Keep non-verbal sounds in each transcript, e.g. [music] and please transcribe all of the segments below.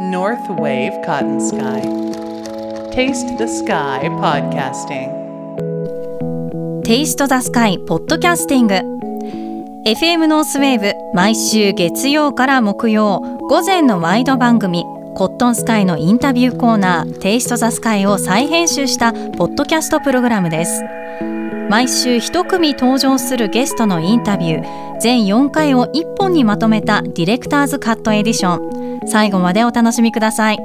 North Wave Cotton Sky. Taste the Sky Podcasting. テイストザスカイポッドキャスティング FM ノースウェーブ毎週月曜から木曜午前のワイド番組コットンスカイのインタビューコーナーテイストザスカイを再編集したポッドキャストプログラムです毎週一組登場するゲストのインタビュー全4回を1本にまとめたディレクターズカットエディション最後までお楽しみください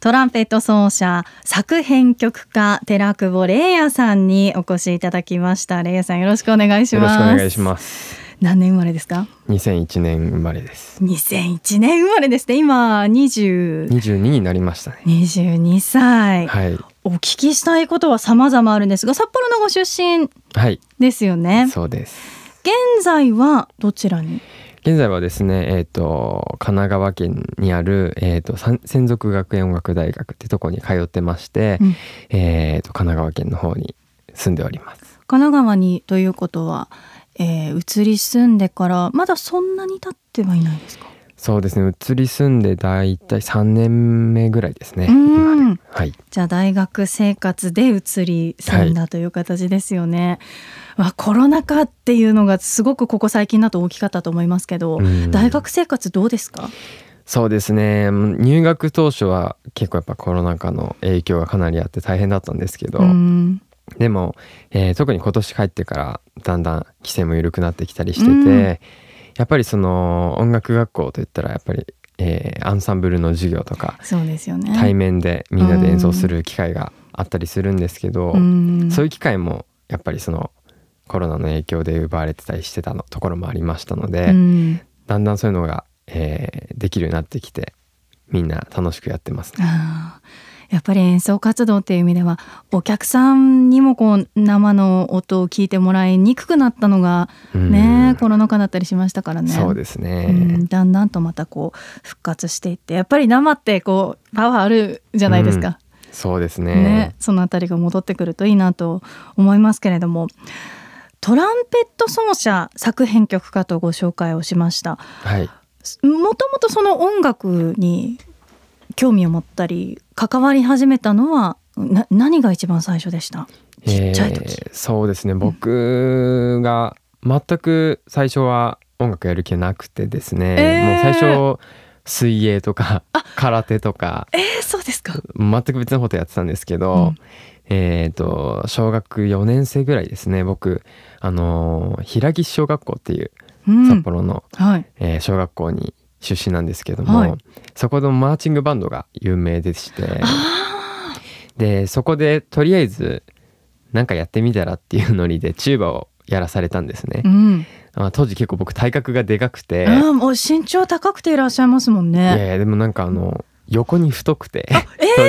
トランペット奏者作編曲家寺久保玲也さんにお越しいただきました玲也さんよろしくお願いしよろましすくお願いします。何年生まれですか2001年生まれです。 2001年生まれですね今20 22になりましたね。 22歳、はいお聞きしたいことは様々あるんですが札幌のご出身はい、ですよねそうです。現在はどちらに現在はですね、えっ、と神奈川県にあるえっ、とさん専属学園音楽大学ってとこに通ってまして、うんえっ、と神奈川県の方に住んでおります。神奈川にということは、えー移り住んでからまだそんなに経ってはいないですかそうですね。移り住んでだいたい3年目ぐらいですね。うん今ではい。じゃあ大学生活で移り住んだという形ですよね、わコロナ禍っていうのがすごくここ最近だと大きかったと思いますけど、うん大学生活どうですかそうですね入学当初は結構やっぱコロナ禍の影響がかなりあって大変だったんですけど、んでも、えー特に今年帰ってからだんだん規制も緩くなってきたりしてて、うんやっぱりその音楽学校といったらやっぱり、えーアンサンブルの授業とかそうですよね。対面でみんなで演奏する機会があったりするんですけど、うんそういう機会もやっぱりそのコロナの影響で奪われてたりしてたのところもありましたので、うんだんだんそういうのが、えーできるようになってきてみんな楽しくやってますね。あーやっぱり演奏活動っていう意味ではお客さんにもこう生の音を聞いてもらいにくくなったのがね、うんコロナ禍だったりしましたからね。そうですね、うんだんだんとまたこう復活していってやっぱり生ってこうパワーあるじゃないですか、そうですね、そのあたりが戻ってくるといいなと思いますけれどもトランペット奏者作編曲家とご紹介をしましたはいもともとその音楽に興味を持ったり関わり始めたのはな何が一番最初でしたちっちゃい時、えーそうですね僕が全く最初は音楽やる気なくてですね、えーもう最初水泳とか空手とかえーそうですか全く別のことやってたんですけど、えっ、と小学4年生ぐらいですね僕あのー平岸小学校っていううん札幌の、はいえー小学校に出身なんですけども、はいそこのマーチングバンドが有名でしてあでそこでとりあえずなんかやってみたらっていうノリでチューバをやらされたんですねー、うんまあ、当時結構僕体格がでかくて、あーもう身長高くていらっしゃいますもんいねやいやでもなんかあの横に太くて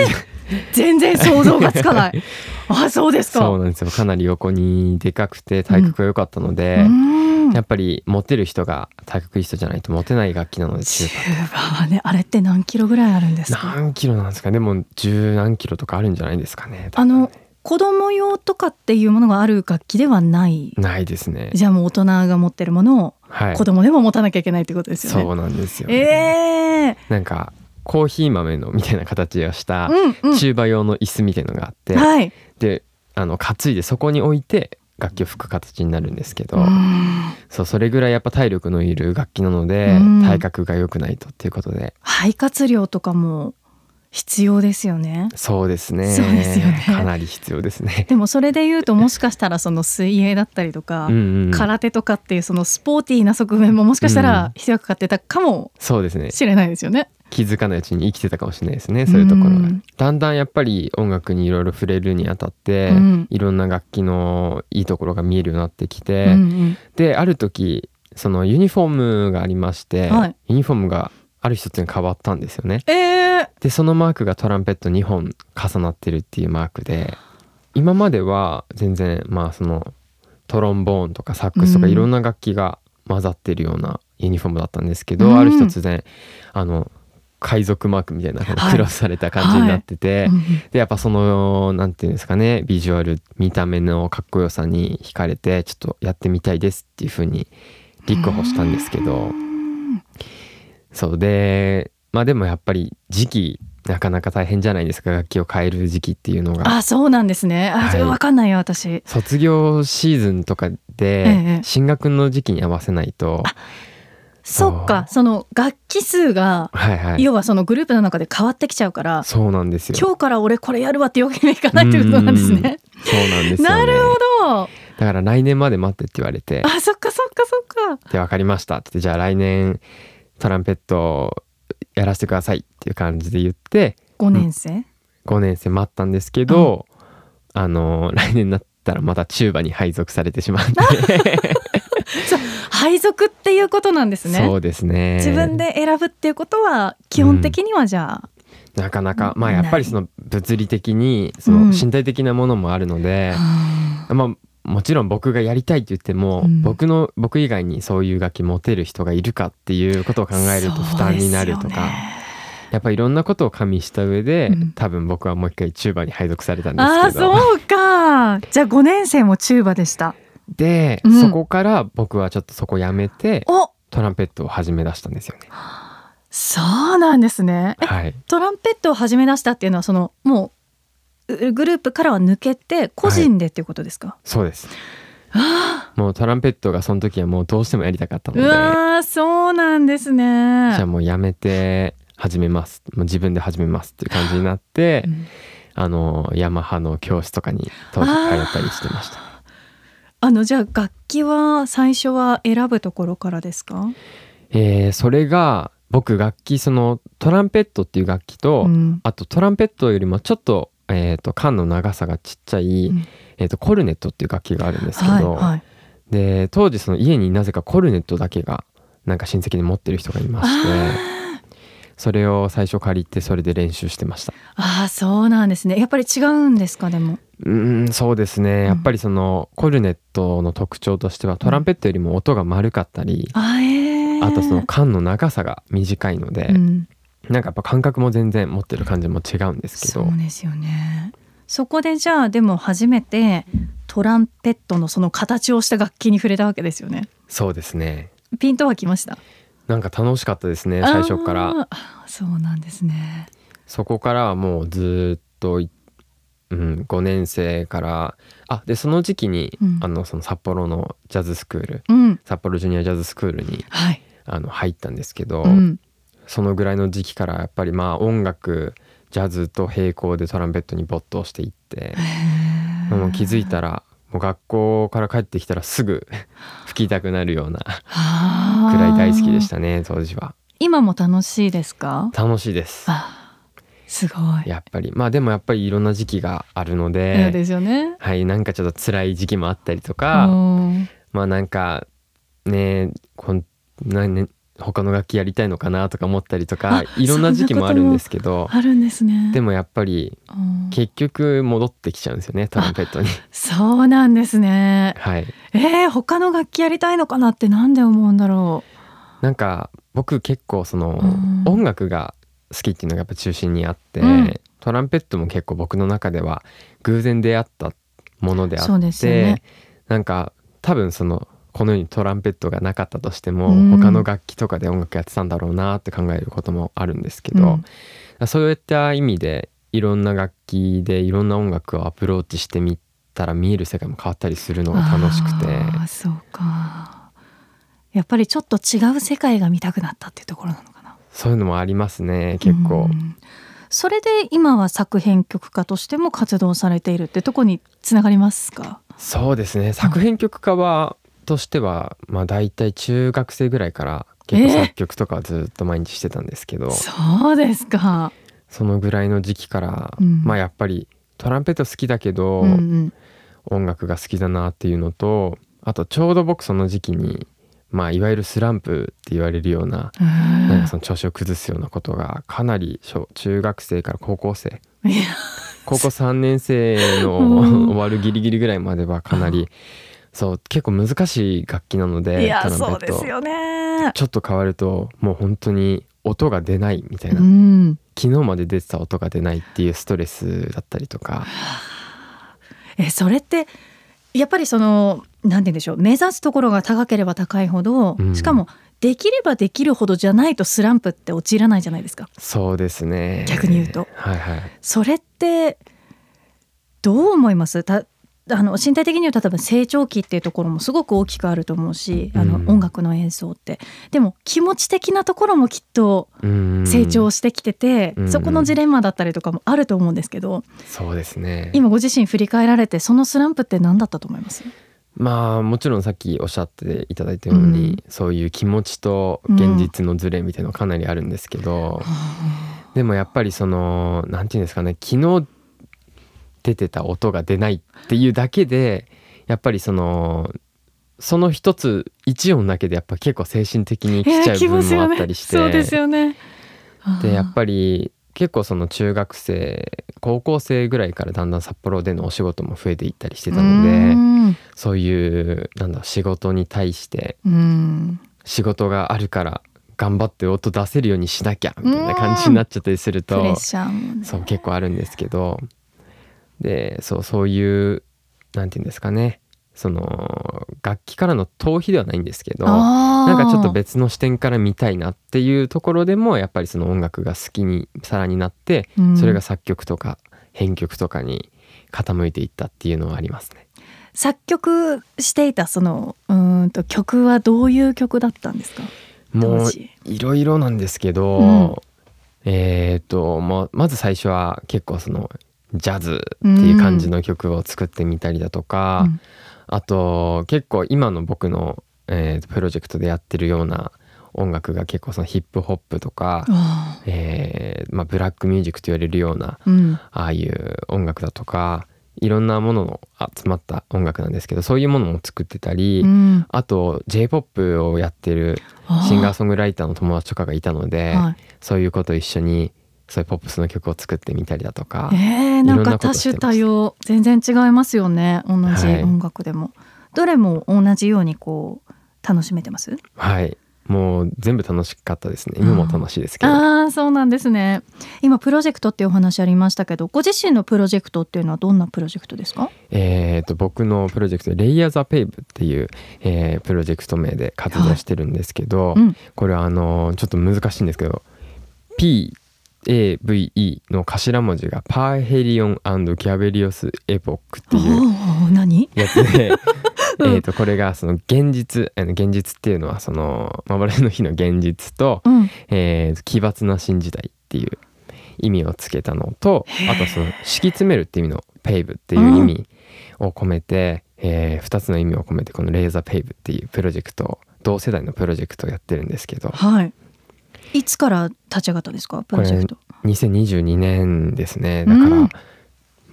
[laughs] 全然想像がつかないあそうですかそうなんですよかなり横にでかくて体格が良かったので、うんやっぱりモテる人が体格いい人じゃないとモテない楽器なのでチチュューーバはねあれって何キロぐらいあるんですバか何キロなんですかでも十何キロとかあるんじゃないですかねあの子供用とかっていうものがある楽器ではないないですねじゃあもう大人が持ってるものをはい子供でも持たなきゃいけないってことですよね。そうなんですよ、ねええなんかコーヒー豆のみたいな形をした、うんうん。チューバ用の椅子みたいのがあって、はい。であの担いでそこに置いて楽器を吹く形になるんですけど、うんそうそれぐらいやっぱ体力のいる楽器なので、うん体格が良くないとっていうことで肺活量とかも必要ですよね。そうですねそうですよねかなり必要ですね。でもそれで言うともしかしたらその水泳だったりとかうん、うん、空手とかっていうそのスポーティーな側面ももしかしたら必要かかってたかもそうですねしれないですよね。気づかないうちに生きてたかもしれないですねそういうところが、うんだんだんやっぱり音楽にいろいろ触れるにあたって、うんいろんな楽器のいいところが見えるようになってきて、うんである時そのユニフォームがありまして、はいユニフォームがある一つに変わったんですよねうん、えでそのマークがトランペット2本重なってるっていうマークで今までは全然まあそのトロンボーンとかサックスとかうんいろんな楽器が混ざってるようなユニフォームだったんですけど、うんある日突然あの海賊マークみたいなはいクロスされた感じになって [laughs] て、ーうんでやっぱそのなんていうんですかねビジュアル見た目のかっこよさに惹かれてちょっとやってみたいですっていう風に立候補したんですけどそうでまあでもやっぱり時期なかなか大変じゃないですか楽器を変える時期っていうのがあそうなんですねあ、はい分かんないよ私卒業シーズンとかええで進学の時期に合わせないと、そっかその楽器数が、はいはい要はそのグループの中で変わってきちゃうからそうなんですよ今日から俺これやるわっていうわけにはいかないってことなんですうんうんね。そうなんですよ、ね、なる [laughs] ほどだから来年まで待ってって言われてあそっかそっかそっかで分かりましたって言ってじゃあ来年トランペットやらせてくださいっていう感じで言って5年生、 5年生待ったんですけど、あの来年になったらまたチューバに配属されてしまって配属っていうことなんですねそうですね自分で選ぶっていうことは基本的にはじゃあ、なかなかうんまあやっぱりその物理的にその身体的なものもあるので、まあもちろん僕がやりたいって言っても、うん僕の僕以外にそういう楽器持てる人がいるかっていうことを考えると負担になるとそうですよか、ねやっぱいろんなことを加味した上で、うん多分僕はもう一回チューバに配属されたんですあーけどそうかじゃあ5年生もチューバでしたで、うんそこから僕はちょっとそこやめておトランペットを始め出したんですよね。そうなんですねえはい、トランペットを始め出したっていうのはそのもううグループからは抜けて個人でっていうことですか、そうですもうトランペットがその時はもうどうしてもやりたかったのうでわーそうなんですねじゃあもうやめて始めますもう自分で始めますっていう感じになって、うんあのヤマハの教室とかに当時通ったりしてましたあのじゃあ楽器は最初は選ぶところからですか、えーそれが僕楽器そのトランペットっていう楽器と、うんあとトランペットよりもちょっと,、えー、と管の長さがちっちゃい、うんえー、とコルネットっていう楽器があるんですけど、はいはい、で当時その家になぜかコルネットだけがなんか親戚で持ってる人がいましてあーそれを最初借りてそれで練習してました。あーそうなんですねやっぱり違うんですかでもうーんそうですね、やっぱりそのコルネットの特徴としてはトランペットよりも音が丸かったり、あえー、あとその管の長さが短いので、うん、なんかやっぱ感覚も全然持ってる感じも違うんですけそどうですよねそこでじゃあでも初めてトランペットのその形をした楽器に触れたわけですよねそうですねピンとはきましたなんか楽しかったですね最初からあーあーそうなんですねそこからはもうずーっとい、うん、5年生からあでその時期に、うんあのその札幌のジャズスクールうん札幌ジュニアジャズスクールにはい、あの入ったんですけど、うん、そのぐらいの時期からやっぱりまあ音楽ジャズと並行でトランペットに没頭していってもう気づいたらもう学校から帰ってきたら [laughs] すぐ吹きたくなるようなくららい大好きでしたね当時は今も楽しいですか楽しいですあすごいやっぱりまあでもやっぱりいろんな時期があるのそうでですよねはいなんかちょっと辛い時期もあったりとかうんまあなんかねこんなね他の楽器やりたいのかなとか思ったりとかあいろんな時期もあるんですけどあるんですねでもやっぱりうん結局戻ってきちゃうんですよねトランペットにそうなんですねはいえー、他の楽器やりたいのかなってなんで思うんだろなんか僕結構そのうん音楽が好きっていうのがやっぱ中心にあって、うんトランペットも結構僕の中では偶然出会ったものであそうっですて、よねなんか多分そのこの世にトランペットがなかったとしても、うん他の楽器とかで音楽やってたんだろうなって考えることもあるんですけう、ど、そういった意味でいろんな楽器でいろんな音楽をアプローチしてみたら見える世界も変わったりするのが楽しくてあーそうかやっぱりちょっと違う世界が見たくなったっていうところなのかなそういうのもありますね結構、うんそれで今は作編曲家としても活動されているってとこにつながりますかそうですね作編曲家はとしてはまあ大体中学生ぐらいから結ええ構作曲とかはずっと毎日してたんですけど、そうですか、そのぐらいの時期から、うんまあやっぱりトランペット好きだけど、うんうん、音楽が好きだなっていうのとあとちょうど僕その時期にまあいわゆるスランプって言われるようななんかその調子を崩すようなことがかなり小中学生から高校生いや高校3年生のうん終わるギリギリぐらいまではかなりそう結構難しい楽器なのでいやトランペそうッでトすよねちょっと変わるともう本当に音が出ないみたいうな、ん昨日まで出てた音が出ないっていうストレスだったりとかえそれってやっぱりそのなんて言うんでしょう目指すところが高ければ高いほど、うんしかもできればできるほどじゃないとスランプって陥らないじゃないですかそうですね逆に言うとはいはいそれってどう思いますたあの身体的には例えば成長期っていうところもすごく大きくあると思うし、あのうん音楽の演奏ってでも気持ち的なところもきっとうん成長してきてて、うんそこのジレンマだったりとかもあると思うんですけど、そうですね今ご自身振り返られてそのスランプって何だったと思いますまあもちろんさっきおっしゃっていただいたように、そういう気持ちと現実のズレみたいのかなりあるんですけど、でもやっぱりそのなんていうんですかね昨日出てた音が出ないっていうだけでやっぱりそのその一つ一音だけでやっぱ結構精神的に来ちゃう部分もあったりして、そうですよね。でやっぱり結構その中学生高校生ぐらいからだんだん札幌でのお仕事も増えていったりしてりたので。そういうなんだ仕事に対してうん仕事があるから頑張って音出せるようにしなきゃみたいな感じになっちゃったりするプレッとシャーもね。そう結構あるんですけどでそうそういうなんて言うんですかねその楽器からの逃避ではないんですけどななんかちょっと別の視点から見たいなっていうところでもやっぱりその音楽が好きにさらになってそれが作曲とか編曲とかに傾いていったっていうのはありますね。作曲していたそのうーんと曲はどういう曲だったんですかも当う時。いろいろなんですけど、うんえっ、ともうまず最初は結構そのジャズっていう感じの曲を作ってみたりだとか、うんあと結構今の僕の、えーとプロジェクトでやってるような音楽が結構そのヒップホップとか、あえーまあ、ブラックミュージックと言われるようなーうんああいう音楽だとかいろんなものの集まった音楽なんですけどそういうものも作ってたり、うんあと j p o p をやってるあーシンガーソングライターの友達とかがいたので、はいそういうこと一緒にそういうポップスの曲を作ってみたりだとか、えー、なんか多種多様全然違いますよね同じはい音楽でも、どれも同じようにこう楽しめてますはいもう全部楽しかったですね今も楽しいですけど、ああそうなんですね今プロジェクトっていうお話ありましたけどご自身のプロジェクトっていうのはどんなプロジェクトですかえー、と僕のプロジェクト「レイヤー・ザ・ペイブ」っていう、えープロジェクト名で活動してるんですけど、はいうんこれはあのーちょっと難しいんですけど PAVE の頭文字がパーヘリオンキャベリオス・エポックっていうおー何やつで、うんえーとこれがその現実あの現実っていうのはその幻の日の現実と,、うんえーと奇抜な新時代っていう意味をつけたのとあとその敷き詰めるって意味の「ペイブ」っていう意味を込めて、え2つの意味を込めてこの「レーザーペイブ」っていうプロジェクトを同世代のプロジェクトをやってるんですけどはいいつから立ち上がったんですかプロジェクト2022年ですねだか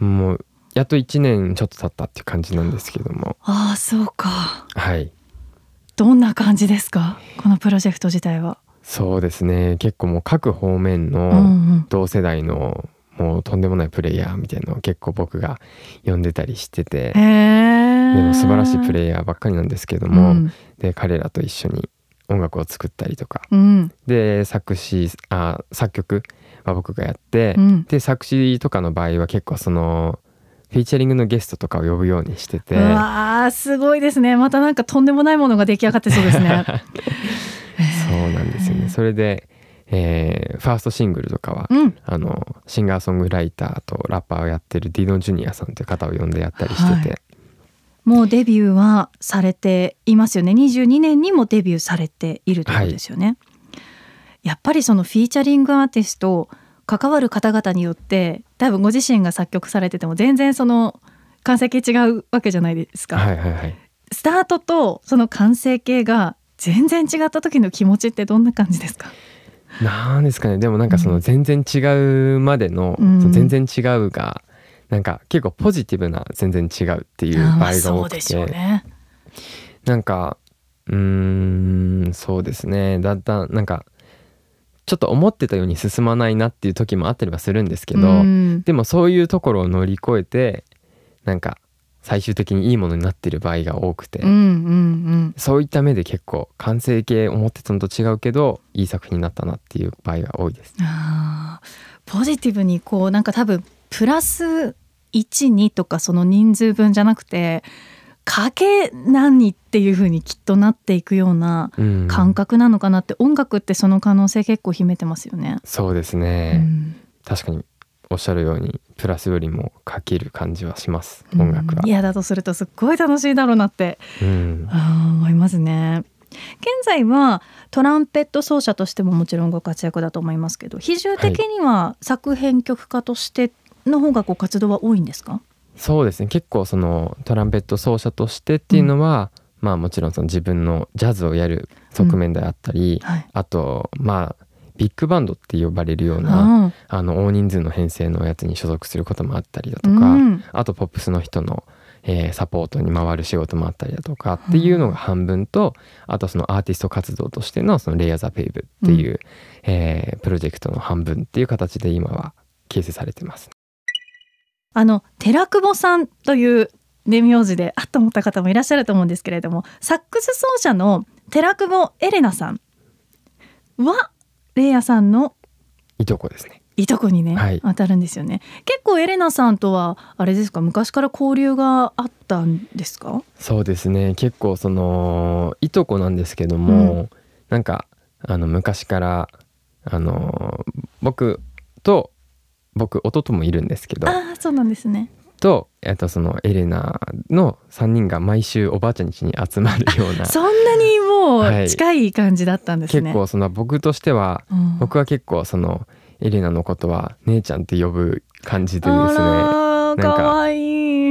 ら、もうやっと1年ちょっと経ったっていう感じなんですけどもああそうかはい。どんな感じですかこのプロジェクト自体は、そうですね結構もう各方面うんのうん同世代のもうとんでもないプレイヤーみたいなのを結構僕が呼んでたりしてへて、えでも素晴らしいプレイヤーばっかりなんですけども、で彼らと一緒に音楽を作ったりとかうんで作詞あ作曲は僕がやって、うんで作詞とかの場合は結構そのフィーチャリングのゲストとかを呼ぶようにしてうてわあすごいですねまたなんかとんでもないものが出来上がってそうです [laughs] ねそうなんですよねそれで、えーファーストシングルとかはうんあのシンガーソングライターとラッパーをやってるディノ・ジュニアさんという方を呼んでやったりしてて、はもうデビューはされていますよね22年にもデビューされているということですよね、やっぱりそのフィーチャリングアーティスト関わる方々によって多分ご自身が作曲されてても全然その完成形違うわけじゃないですか、はいはいはいスタートとその完成形が全然違った時の気持ちってどんな感じですかなんですかねでもなんかその全然違うまでの,、うんその全然違うがなんか結構ポジティブな全然違うっていうあ場あ合がそ多うでく、してょうねなんかうーんそうですねだんだんなんかちょっと思ってたように進まないなっていう時もあったりはするんですけど、うんでもそういうところを乗り越えてなんか最終的にいいものになってる場合が多くて、うんうんそういった目で結構完成形思ってたのと違うけどいい作品になったなっていう場合が多いです。うんああポジティブにこうなんか多分プラス12とかその人数分じゃなくてかけ何っていう風にきっとなっていくようなうん感覚なのかなって、音楽ってその可能性結構秘めてますよね。そうですうね、ん確かにおっしゃるようにプラスよりもかける感じはします音楽はうんい、やだとするとすっごい楽しいだろうなってうんあー思いますね。現在はトランペット奏者としてももちろんご活躍だと思いますけど比重的には作編曲家としての方がご活動は多いんですか、そうですね結構そのトランペット奏者としてっていうのは、まあもちろんその自分のジャズをやる側面であったり、はいあとまあビッグバンドって呼ばれるようなああの大人数の編成のやつに所属することもあったりだとーか、うんあとポップスの人の、えーサポートに回る仕事もあったりだとかっていうのが半分と、あとそのアーティスト活動としてのそのレイヤーザペイブっていう、えープロジェクトの半分っていう形で今は形成されてます。あの寺久保さんという名名字であっと思った方もいらっしゃると思うんですけれどもサックス奏者の寺久保エレナさんはレイヤさんのいとこですね。いとこにね、はい当たるんですよね結構エレナさんとはあれですか昔から交流があったんですかそうですね結構そのいとこなんですけども、うなんかあの昔からあの僕と僕弟もいるんですけどああそうなんですねとえっとそのエレナの3人が毎週おばあちゃん家に集まるようなそんなにもはうい近い感じだったんですね、結構その僕としてはうん僕は結構そのエレナのことは姉ちゃんって呼ぶ感じでですねああらーなんかかわい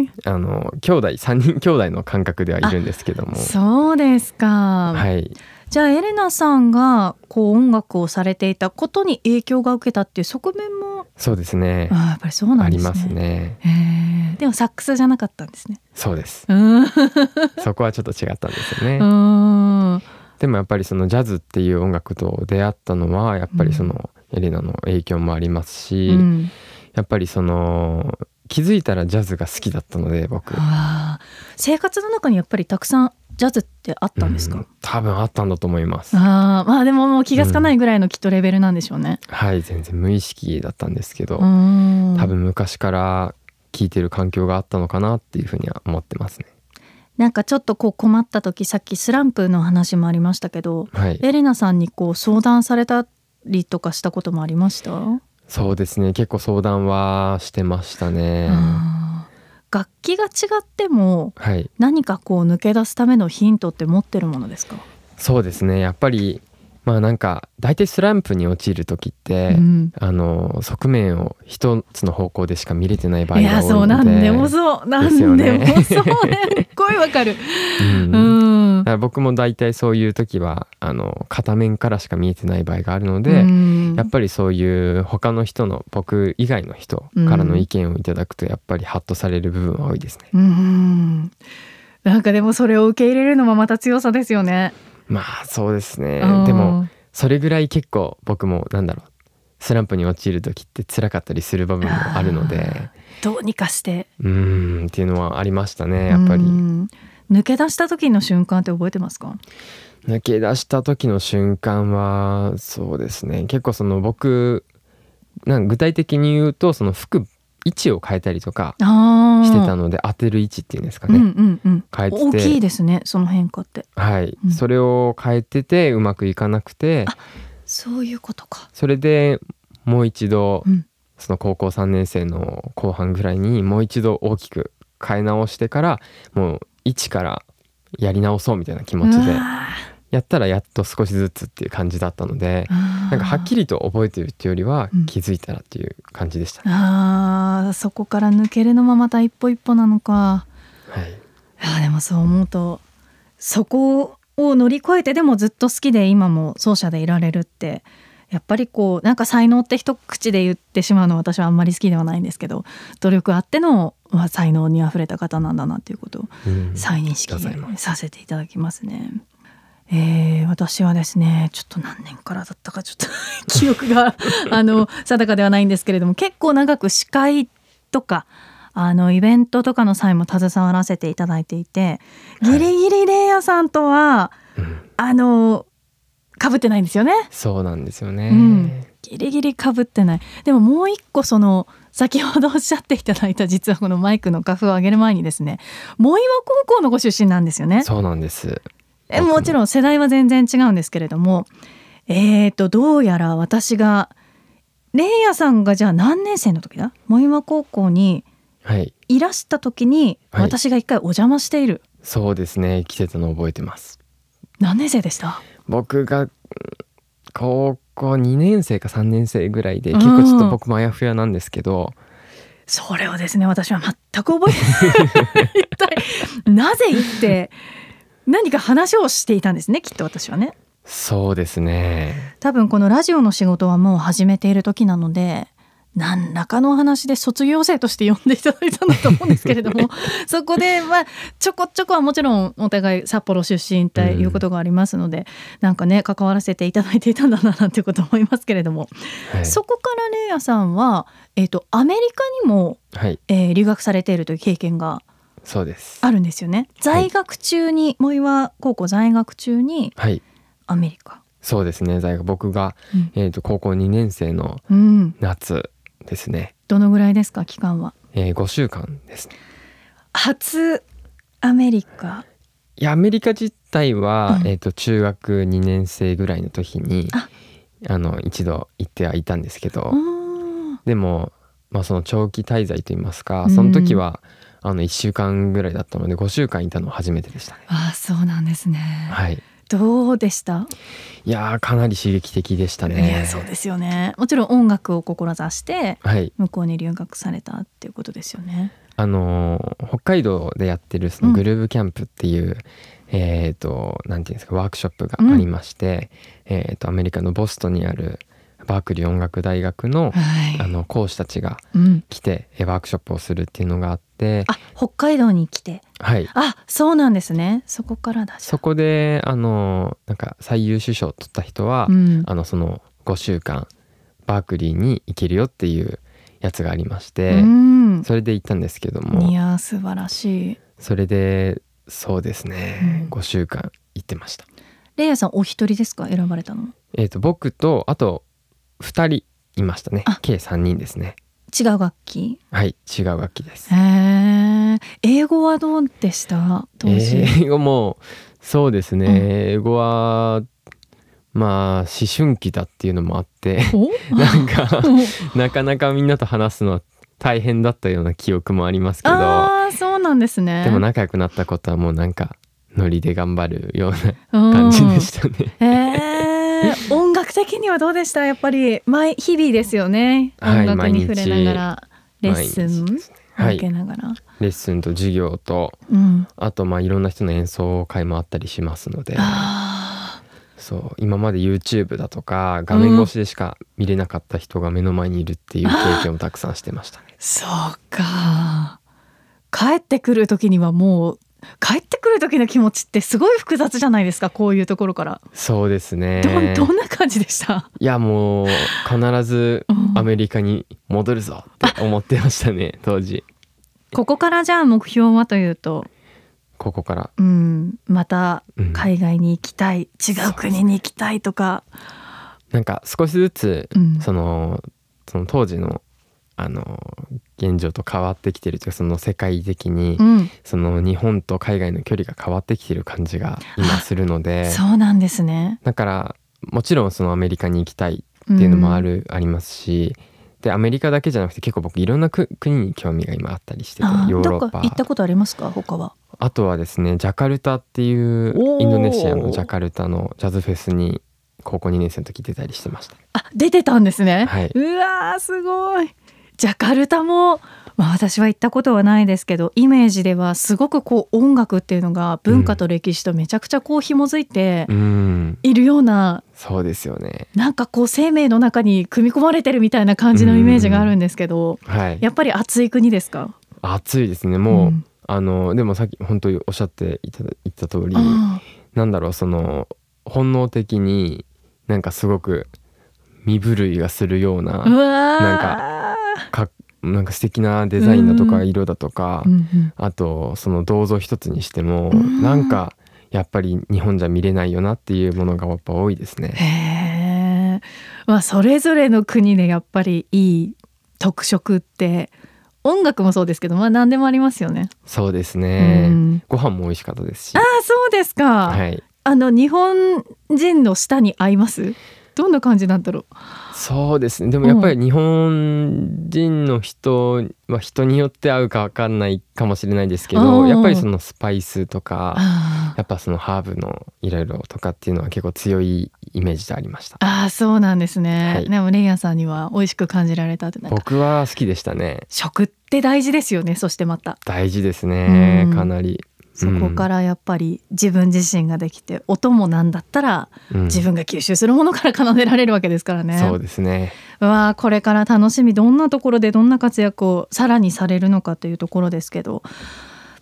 いの兄弟3人兄弟の感覚ではいるんですけどもそうですか、はいじゃあエレナさんがこう音楽をされていたことに影響が受けたっていう側面もそうですねあーやっぱりそうなあんでりすね。ますねへーでもサックスじゃなかったんですね。そう [laughs] ですうん。そこはちょっと違ったんですよね、うんでもやっぱりそのジャズっていう音楽と出会ったのはやっぱりそのエレナの影響もありますし、うんやっぱりその気づいたらジャズが好きだったので僕あー生活の中にやっぱりたくさんジャズってあったんですか。うん多分あったんだと思いますああまあでももう気がつかないぐらいのきっとレベルなんでしょうね。はい全然無意識だったんですけど、うん。多分昔から聞いてる環境があったのかなっていうふうには思ってますねなんかちょっとこう困った時さっきスランプの話もありましたけど、はいエレナさんにこう相談されたりとかしたこともありました。そうですね結構相談はしてましたねあー楽器が違ってもはい何かこう抜け出すためのヒントって持ってるものですか、そうですねやっぱりまあなんか大体スランプに陥る時って、うん、あの側面を一つの方向でしか見れてない場合いやが多いのでそうなんでもそうなですよんでねもそうねすっごいわかる、うん [laughs] うだん、から僕も大体そういう時はあの片面からしか見えてない場合があるので、うんやっぱりそういう他の人の僕以外の人からの意見をいただくとやっぱりハッとされる部分は多いですね。うんなんかでもそれを受け入れるのもまた強さですよね、まあそうですねうんでもそれぐらい結構僕もなんだろうスランプに陥る時って辛かったりする場面もあるのでどうにかしてうーんっていうのはありましたねやっぱり。うん抜け出した時の瞬間って覚えてますか、抜け出した時の瞬間はそうですね結構その僕なんか具体的に言うとその服位置を変えたりとかああしてたので当てる位置っていうんですかうね、んうんうん、変えてて大きいですねその変化ってはい、うんそれを変えててうまくいかなくてあそういうことかそれでもう一度、うんその高校3年生の後半ぐらいにもう一度大きく変え直してからもう一からやり直そうみたいな気持ちでうわーやったらやっと少しずつっていう感じだったのでなんかはっきりりと覚えてるっていうよりはうん気づいたらっていう感じでした、あーそこから抜けるのもまた一歩一歩なのかはい、あでもそう思うとそこを乗り越えてでもずっと好きで今も奏者でいられるってやっぱりこうなんか才能って一口で言ってしまうのは私はあんまり好きではないんですけど努力あっての、まあ、才能にあふれた方なんだなっていうことをうん再認識ありがとうございまさせていただきますね。えー私はですねちょっと何年からだったかちょっと [laughs] 記憶があの定かではないんですけれども結構長く司会とかあのイベントとかの際も携わらせていただいていてギリギリレイヤさんとは、うんあの被被ってないんですよねそうなんですよね、うんギリギリ被ってないでももう一個その先ほどおっしゃっていただいた実はこのマイクの画風を上げる前にですね藻岩高校のご出身なんですよねそうなんですえもちろん世代は全然違うんですけれどもえー、とどうやら私がレイヤさんがじゃあ何年生の時だ藻岩高校にはいいらした時にはい私が一回お邪魔している、そうですね来てたの覚えてます何年生でした僕がうん高校2年生か3年生ぐらいで結構ちょっと僕もあやふやなんですけど、それをですね私は全く覚えてない一体なぜ行って何か話をしていたんですねきっと私はねそうですね多分このラジオの仕事はもう始めている時なので何らかのお話で卒業生として呼んでいただいたんだと思うんですけれど [laughs] もそこでまあちょこちょこはもちろんお互い札幌出身ということがありますので、なんかね関わらせていただいていたんだななんてこと思いますけれども、はい、そこからレイヤさんは、えー、とアメリカにも、はい、えー留学されているという経験がそうですあるんですよね。在学中に、藻岩高校在学中にはいアメリカ。そうですね在学僕が、うんえー、と高校2年生のうん、夏ですね、どのぐらいですか期間はえ5週間ですね初アメリカいやアメリカ自体は、うんえー、と中学2年生ぐらいの時にああの一度行ってはいたんですけど、うんでも、まあ、その長期滞在といいますうかんその時は、あの1週間ぐらいだったので5週間いたのは初めてでしたね。ああそうなんですね、はい、どうでした、いやーかなり刺激的でしたね。いやそうですよねもちろん音楽を志してはい、向こうに留学されたっていうことですよねあのー北海道でやってるそのうんグルーブキャンプっていう、えっ、となんていうんですかワークショップがありまして、えっ、とアメリカのボストンにあるバークリー音楽大学はのいあの講師たちがうん、来てえワークショップをするっていうのがあって、あ北海道に来てはい、あそうなんですねそこからだそこであのなんか最優秀賞を取った人は、うん、あのその5週間バークリーに行けるよっていうやつがありまして、うんそれで行ったんですけどいもや素晴らしいそれでそうですうねん、 5週間行ってました。レイヤさんお一人ですか選ばれたのえー、と僕とあと2人いましたねあ計3人ですね違う楽器はい違う楽器ですへえ英語はどうでした当時、英語もそうですね、うん英語はまあ思春期だっていうのもあって [laughs] おなんかおなかなかみんなと話すのは大変だったような記憶もありますけどああそうなんですねでも仲良くなったことはもうなんかノリで頑張るような感感じでしたね。た、えー音楽的にはどうでしたやっぱり毎日々ですよねは音い楽に触れながらレッスン [laughs] 毎日ですねは受けい、ながら、レッスンと授業とうん、あとまあいろんな人の演奏会もあったりしますのであそう今まで YouTube だとか画面越しでしか見れなかった人が目の前にいるっていう経験をたくさんしてましたね。 [laughs] ーそうか帰ってくる時にはもう帰ってくる時の気持ちってすごい複雑じゃないですかこういうところから、そうですねどどんな感じでした、いやもう必ずうんアメリカに戻るぞって思ってましたね [laughs] 当時ここからじゃあ目標はというと、ここから、うん、またうん海外に行きたい違う国に行きたいとか、なんか少しずつうんそのその当時のあの現状と変わってきてるというかその世界的にうん、その日本と海外の距離が変わってきてる感じが今するのでそうなんですね。だからもちろんそのアメリカに行きたいってっていうのもあ、る、ありますしでアメリカだけじゃなくて結構僕いろんなく国に興味が今あったりしててあヨーロどッっかパ行ったことありますか他は。あとはですねジャカルタっていうおーインドネシアのジャカルタのジャズフェスに高校2年生の時出たりしてました。あ出てたんですね。はいうわーすごい。ジャカルタも、まあ、私は行ったことはないですけどイメージではすごくこう音楽っていうのが文化と歴史とめちゃくちゃこう紐づいてうんいるような、そうですよね。なんかこう生命の中に組み込まれてるみたいな感じのイメージがあるんですけど、はい。やっぱり暑い国ですか暑いですね。もう、うんあのでもさっき本当におっしゃっていただいた通り、あなんだろうその本能的になんかすごく身震いがするようーうなわーかなんか素敵なデザインだとうかん色だとか、うんうんあとその銅像一つにしても、うんなんかやっぱり日本じゃ見れないよなっていうものがやっぱ多いですね。へえ。まあそれぞれの国でやっぱりいい特色って音楽もそうですけど、まあ何でもありますよね。そうですうねん。ご飯も美味しかったですしあ、あそうですか。はい、あの日本人の舌に合います。どんな感じなんだろう。そうですね。でもやっぱり日本人の人は人によって合うかわかんないかもしれないですけうど、んやっぱりそのスパイスとか、あやっぱそのハーブのいろいろとかっていうのは結構強いイメージでありました。あーそうなんですね。はいでもレイヤーさんには美味しく感じられたってなんか僕は好きでしたね。食って大事ですよね。そしてまた大事ですねうん。かなり。、そこかららやっぱり自分自身ができて、音もなんだったらうん自分が吸収するものから奏でられるわけですからね。そうですね。うわあこれから楽しみどんなところでどんな活躍をさらにされるのかというところですけど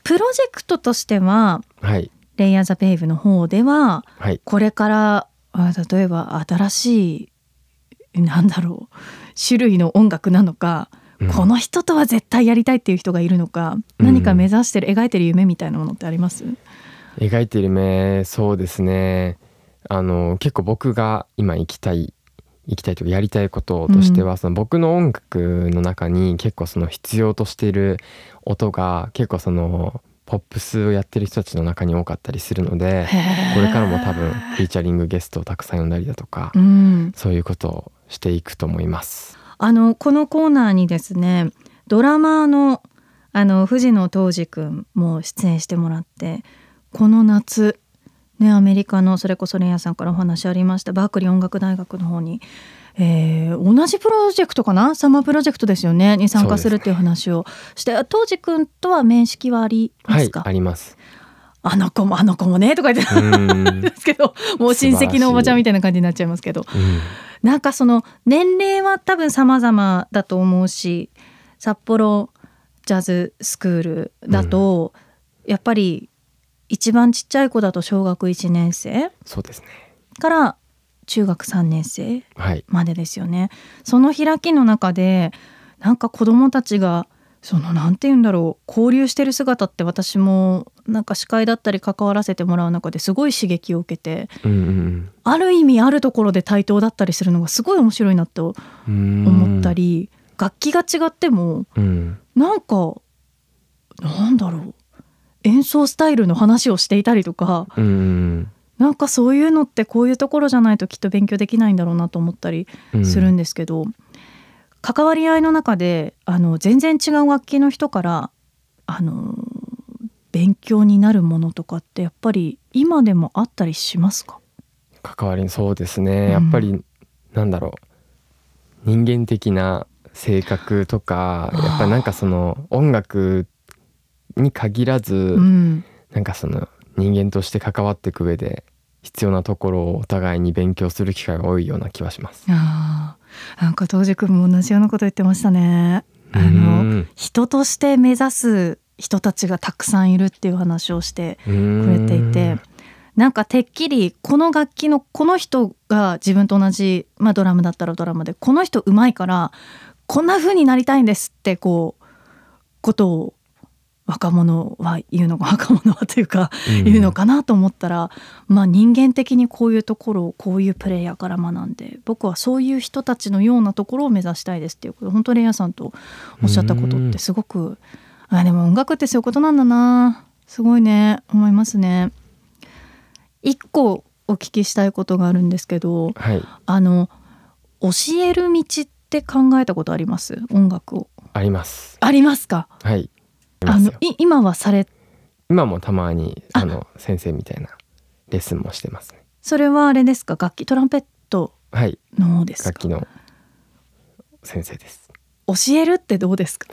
プロジェクトとしてははい。 「レイヤー・ザ・ベイブ」の方でははい。これからあ例えば新しいなんだろう種類の音楽なのか、うんこの人とは絶対やりたいっていう人がいるのか何か目指してる、描いてる夢みたいなものってあります描いてる目そうですねあの結構僕が今行きたい行きたいというかやりたいこととしては、その僕の音楽の中に結構その必要としている音が結構そのポップスをやってる人たちの中に多かったりするのでこれからも多分フィーチャリングゲストをたくさん呼んだりだとか、うん、そういうことをしていくと思います。あのこのコーナーにですねドラマーのあの藤野東二くんも出演してもらってこの夏ねアメリカのそれこそレイヤーさんからお話ありましたバークリー音楽大学の方に、えー同じプロジェクトかなサマープロジェクトですよねに参加するっていう話をして、東二くんとは面識はありまはすいか、あります。あの子もあの子もねとか言ってうーん、うんですけどもう親戚のおばちゃんみたいな感じになっちゃいますけどなんかその年齢は多分様々だと思うし札幌ジャズスクールだと、やっぱり一番ちっちゃい子だと小学1年生そうですね。から中学3年生はい。までですよね。その開きの中でなんか子どもたちがそのなんて言うんだろう交流してる姿って私もなんか司会だったり関わらせてもらう中ですごい刺激を受けてうんうんある意味あるところで対等だったりするのがすごい面白いなとうん。うーん思った。り、楽器が違ってもうん。なんかなんだろう演奏スタイルの話をしていたりとかうんうんなんかそういうのってこういうところじゃないときっと勉強できないんだろうなと思ったりうん。するんですけど、関わり合いの中であの全然違う楽器の人からあの勉強になるものとかってやっぱり今でもあったりしますか関わりそうですねやっぱりなんだろう人間的な性格とかやっぱなんかその音楽に限らずうん、なんかその人間として関わっていく上で必要なところをお互いに勉強する機会が多いような気はします。あーなんか当時君も同じようなこと言ってましたね。あうのん人として目指す人たちがたくさんいるっていう話をしてくれていてなんかてっきりこの楽器のこの人が自分と同じ、まあ、ドラムだったらドラムでこの人うまいからこんな風になりたいんですってこうことを若者は言うのか若者はというかうん言うのかなと思ったら、まあ、人間的にこういうところをこういうプレイヤーから学んで僕はそういう人たちのようなところを目指したいですっていうこと本当レイヤーさんとおっしゃったことってすごくあでも音楽ってそういうことなんだなすごいね思いますね。一個お聞きしたいことがあるんですけどはいあの教える道って考えたことあります音楽を。ありますありますかはいありあますのよい今はされ今もたまにあの先生みたいなレッスンもしてますねそれはあれですか楽器トランペットはいの方です楽か器の先生です教えるってどうですか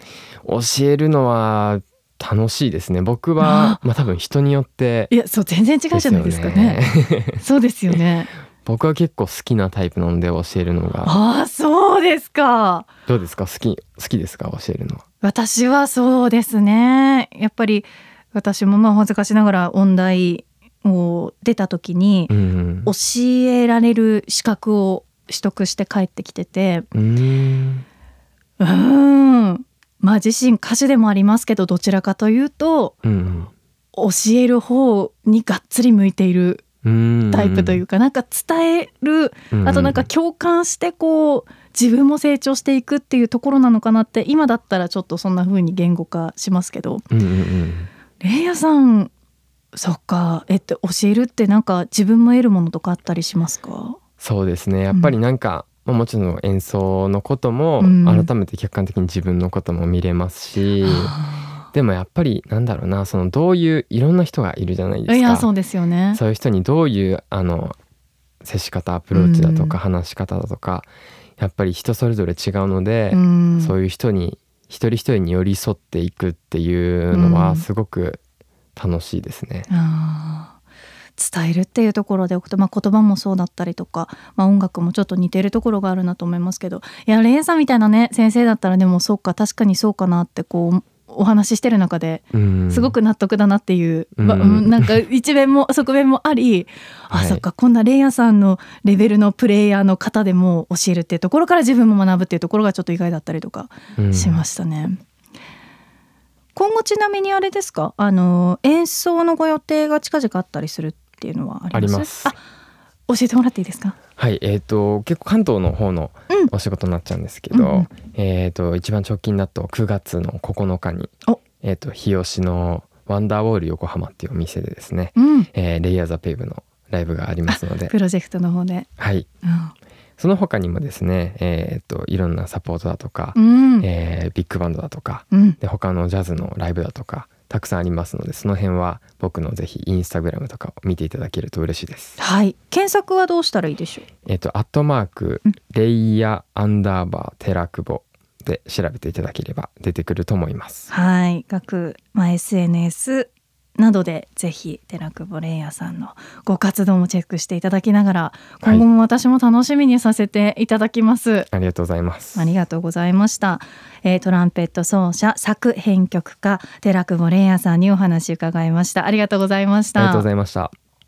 教えるのは楽しいですね僕あはまあ多分人によっていやそう全然違うじゃないですかねですよね [laughs] そうですよね僕は結構好きなタイプなので教えるのがああそうですかどうですか好き好きですか教えるのは私はそうですねやっぱり私もまあ恥ずかしながら音大を出た時にうん教えられる資格を取得して帰ってきててうーんうーんまあ自身歌手でもありますけどどちらかというとうん教教える方にがっつり向いているタイプというか、なんか伝えるあとなんか共感してこう自分も成長していくっていうところなのかなって今だったらちょっとそんな風に言語化しますけど、うんうんうんレイヤさんそっかえって教えるってなんか自分も得るものとかあったりしますかそうですねやっぱりなんか、まあもちろん演奏のこともうん改めて客観的に自分のことも見れますし、でもやっぱりなんだろうなそのどういういろんな人がいるじゃないですかいやそうですよね。そういう人にどういうあの接し方アプローチだとか話し方だとか、やっぱり人それぞれ違うので、んそういう人に一人一人に寄り添っていくっていうのうんはすごく楽しいですね。あー伝えるっていうところでおくと、まあ、言葉もそうだったりとか、まあ、音楽もちょっと似てるところがあるなと思いますけどいやレイさんみたいなね先生だったらでもそうか確かにそうかなってこうお話ししてる中でうんすごく納得だなっていう、うんまあうんうんなんか一面も側面もあり、はあいそっかこんなレイヤーさんのレベルのプレイヤーの方でも教えるっていうところから自分も学ぶっていうところがちょっと意外だったりとかうんしましたね。今後ちなみにあれですか、あの演奏のご予定が近々あったりするっていうのはあります？ありあ教えてもらっていいですか？はい、えー、と結構関東の方のうんお仕事になっちゃうんですけうど、んうんえー、と一番直近だと9月の9日にお、えー、と日吉のワンダーウォール横浜っていうお店でですね、うん、えーレイヤーザペイブのライブがありますの [laughs] でプ、ロジェクトの方で、はい、その他にもですね、えー、といろんなサポートだとかう、ん、うん、えービッグバンドだとかうん、で他のジャズのライブだとかたくさんありますのでその辺は僕のぜひインスタグラムとかを見ていただけると嬉しいです。はい。検索はどうしたらいいでしょう？えっとアットマークうんレイヤーアンダーバーテラクボで調べていただければ出てくると思います。はい、学、まあ、SNS などでぜひ寺久保レイヤさんのご活動もチェックしていただきながら今後も私も楽しみにさせていただきます。ありがとうございます。ありがとうございました、えートランペット奏者作編曲家寺久保玲也さんにお話伺いましたありがとうございましありがとたうございました。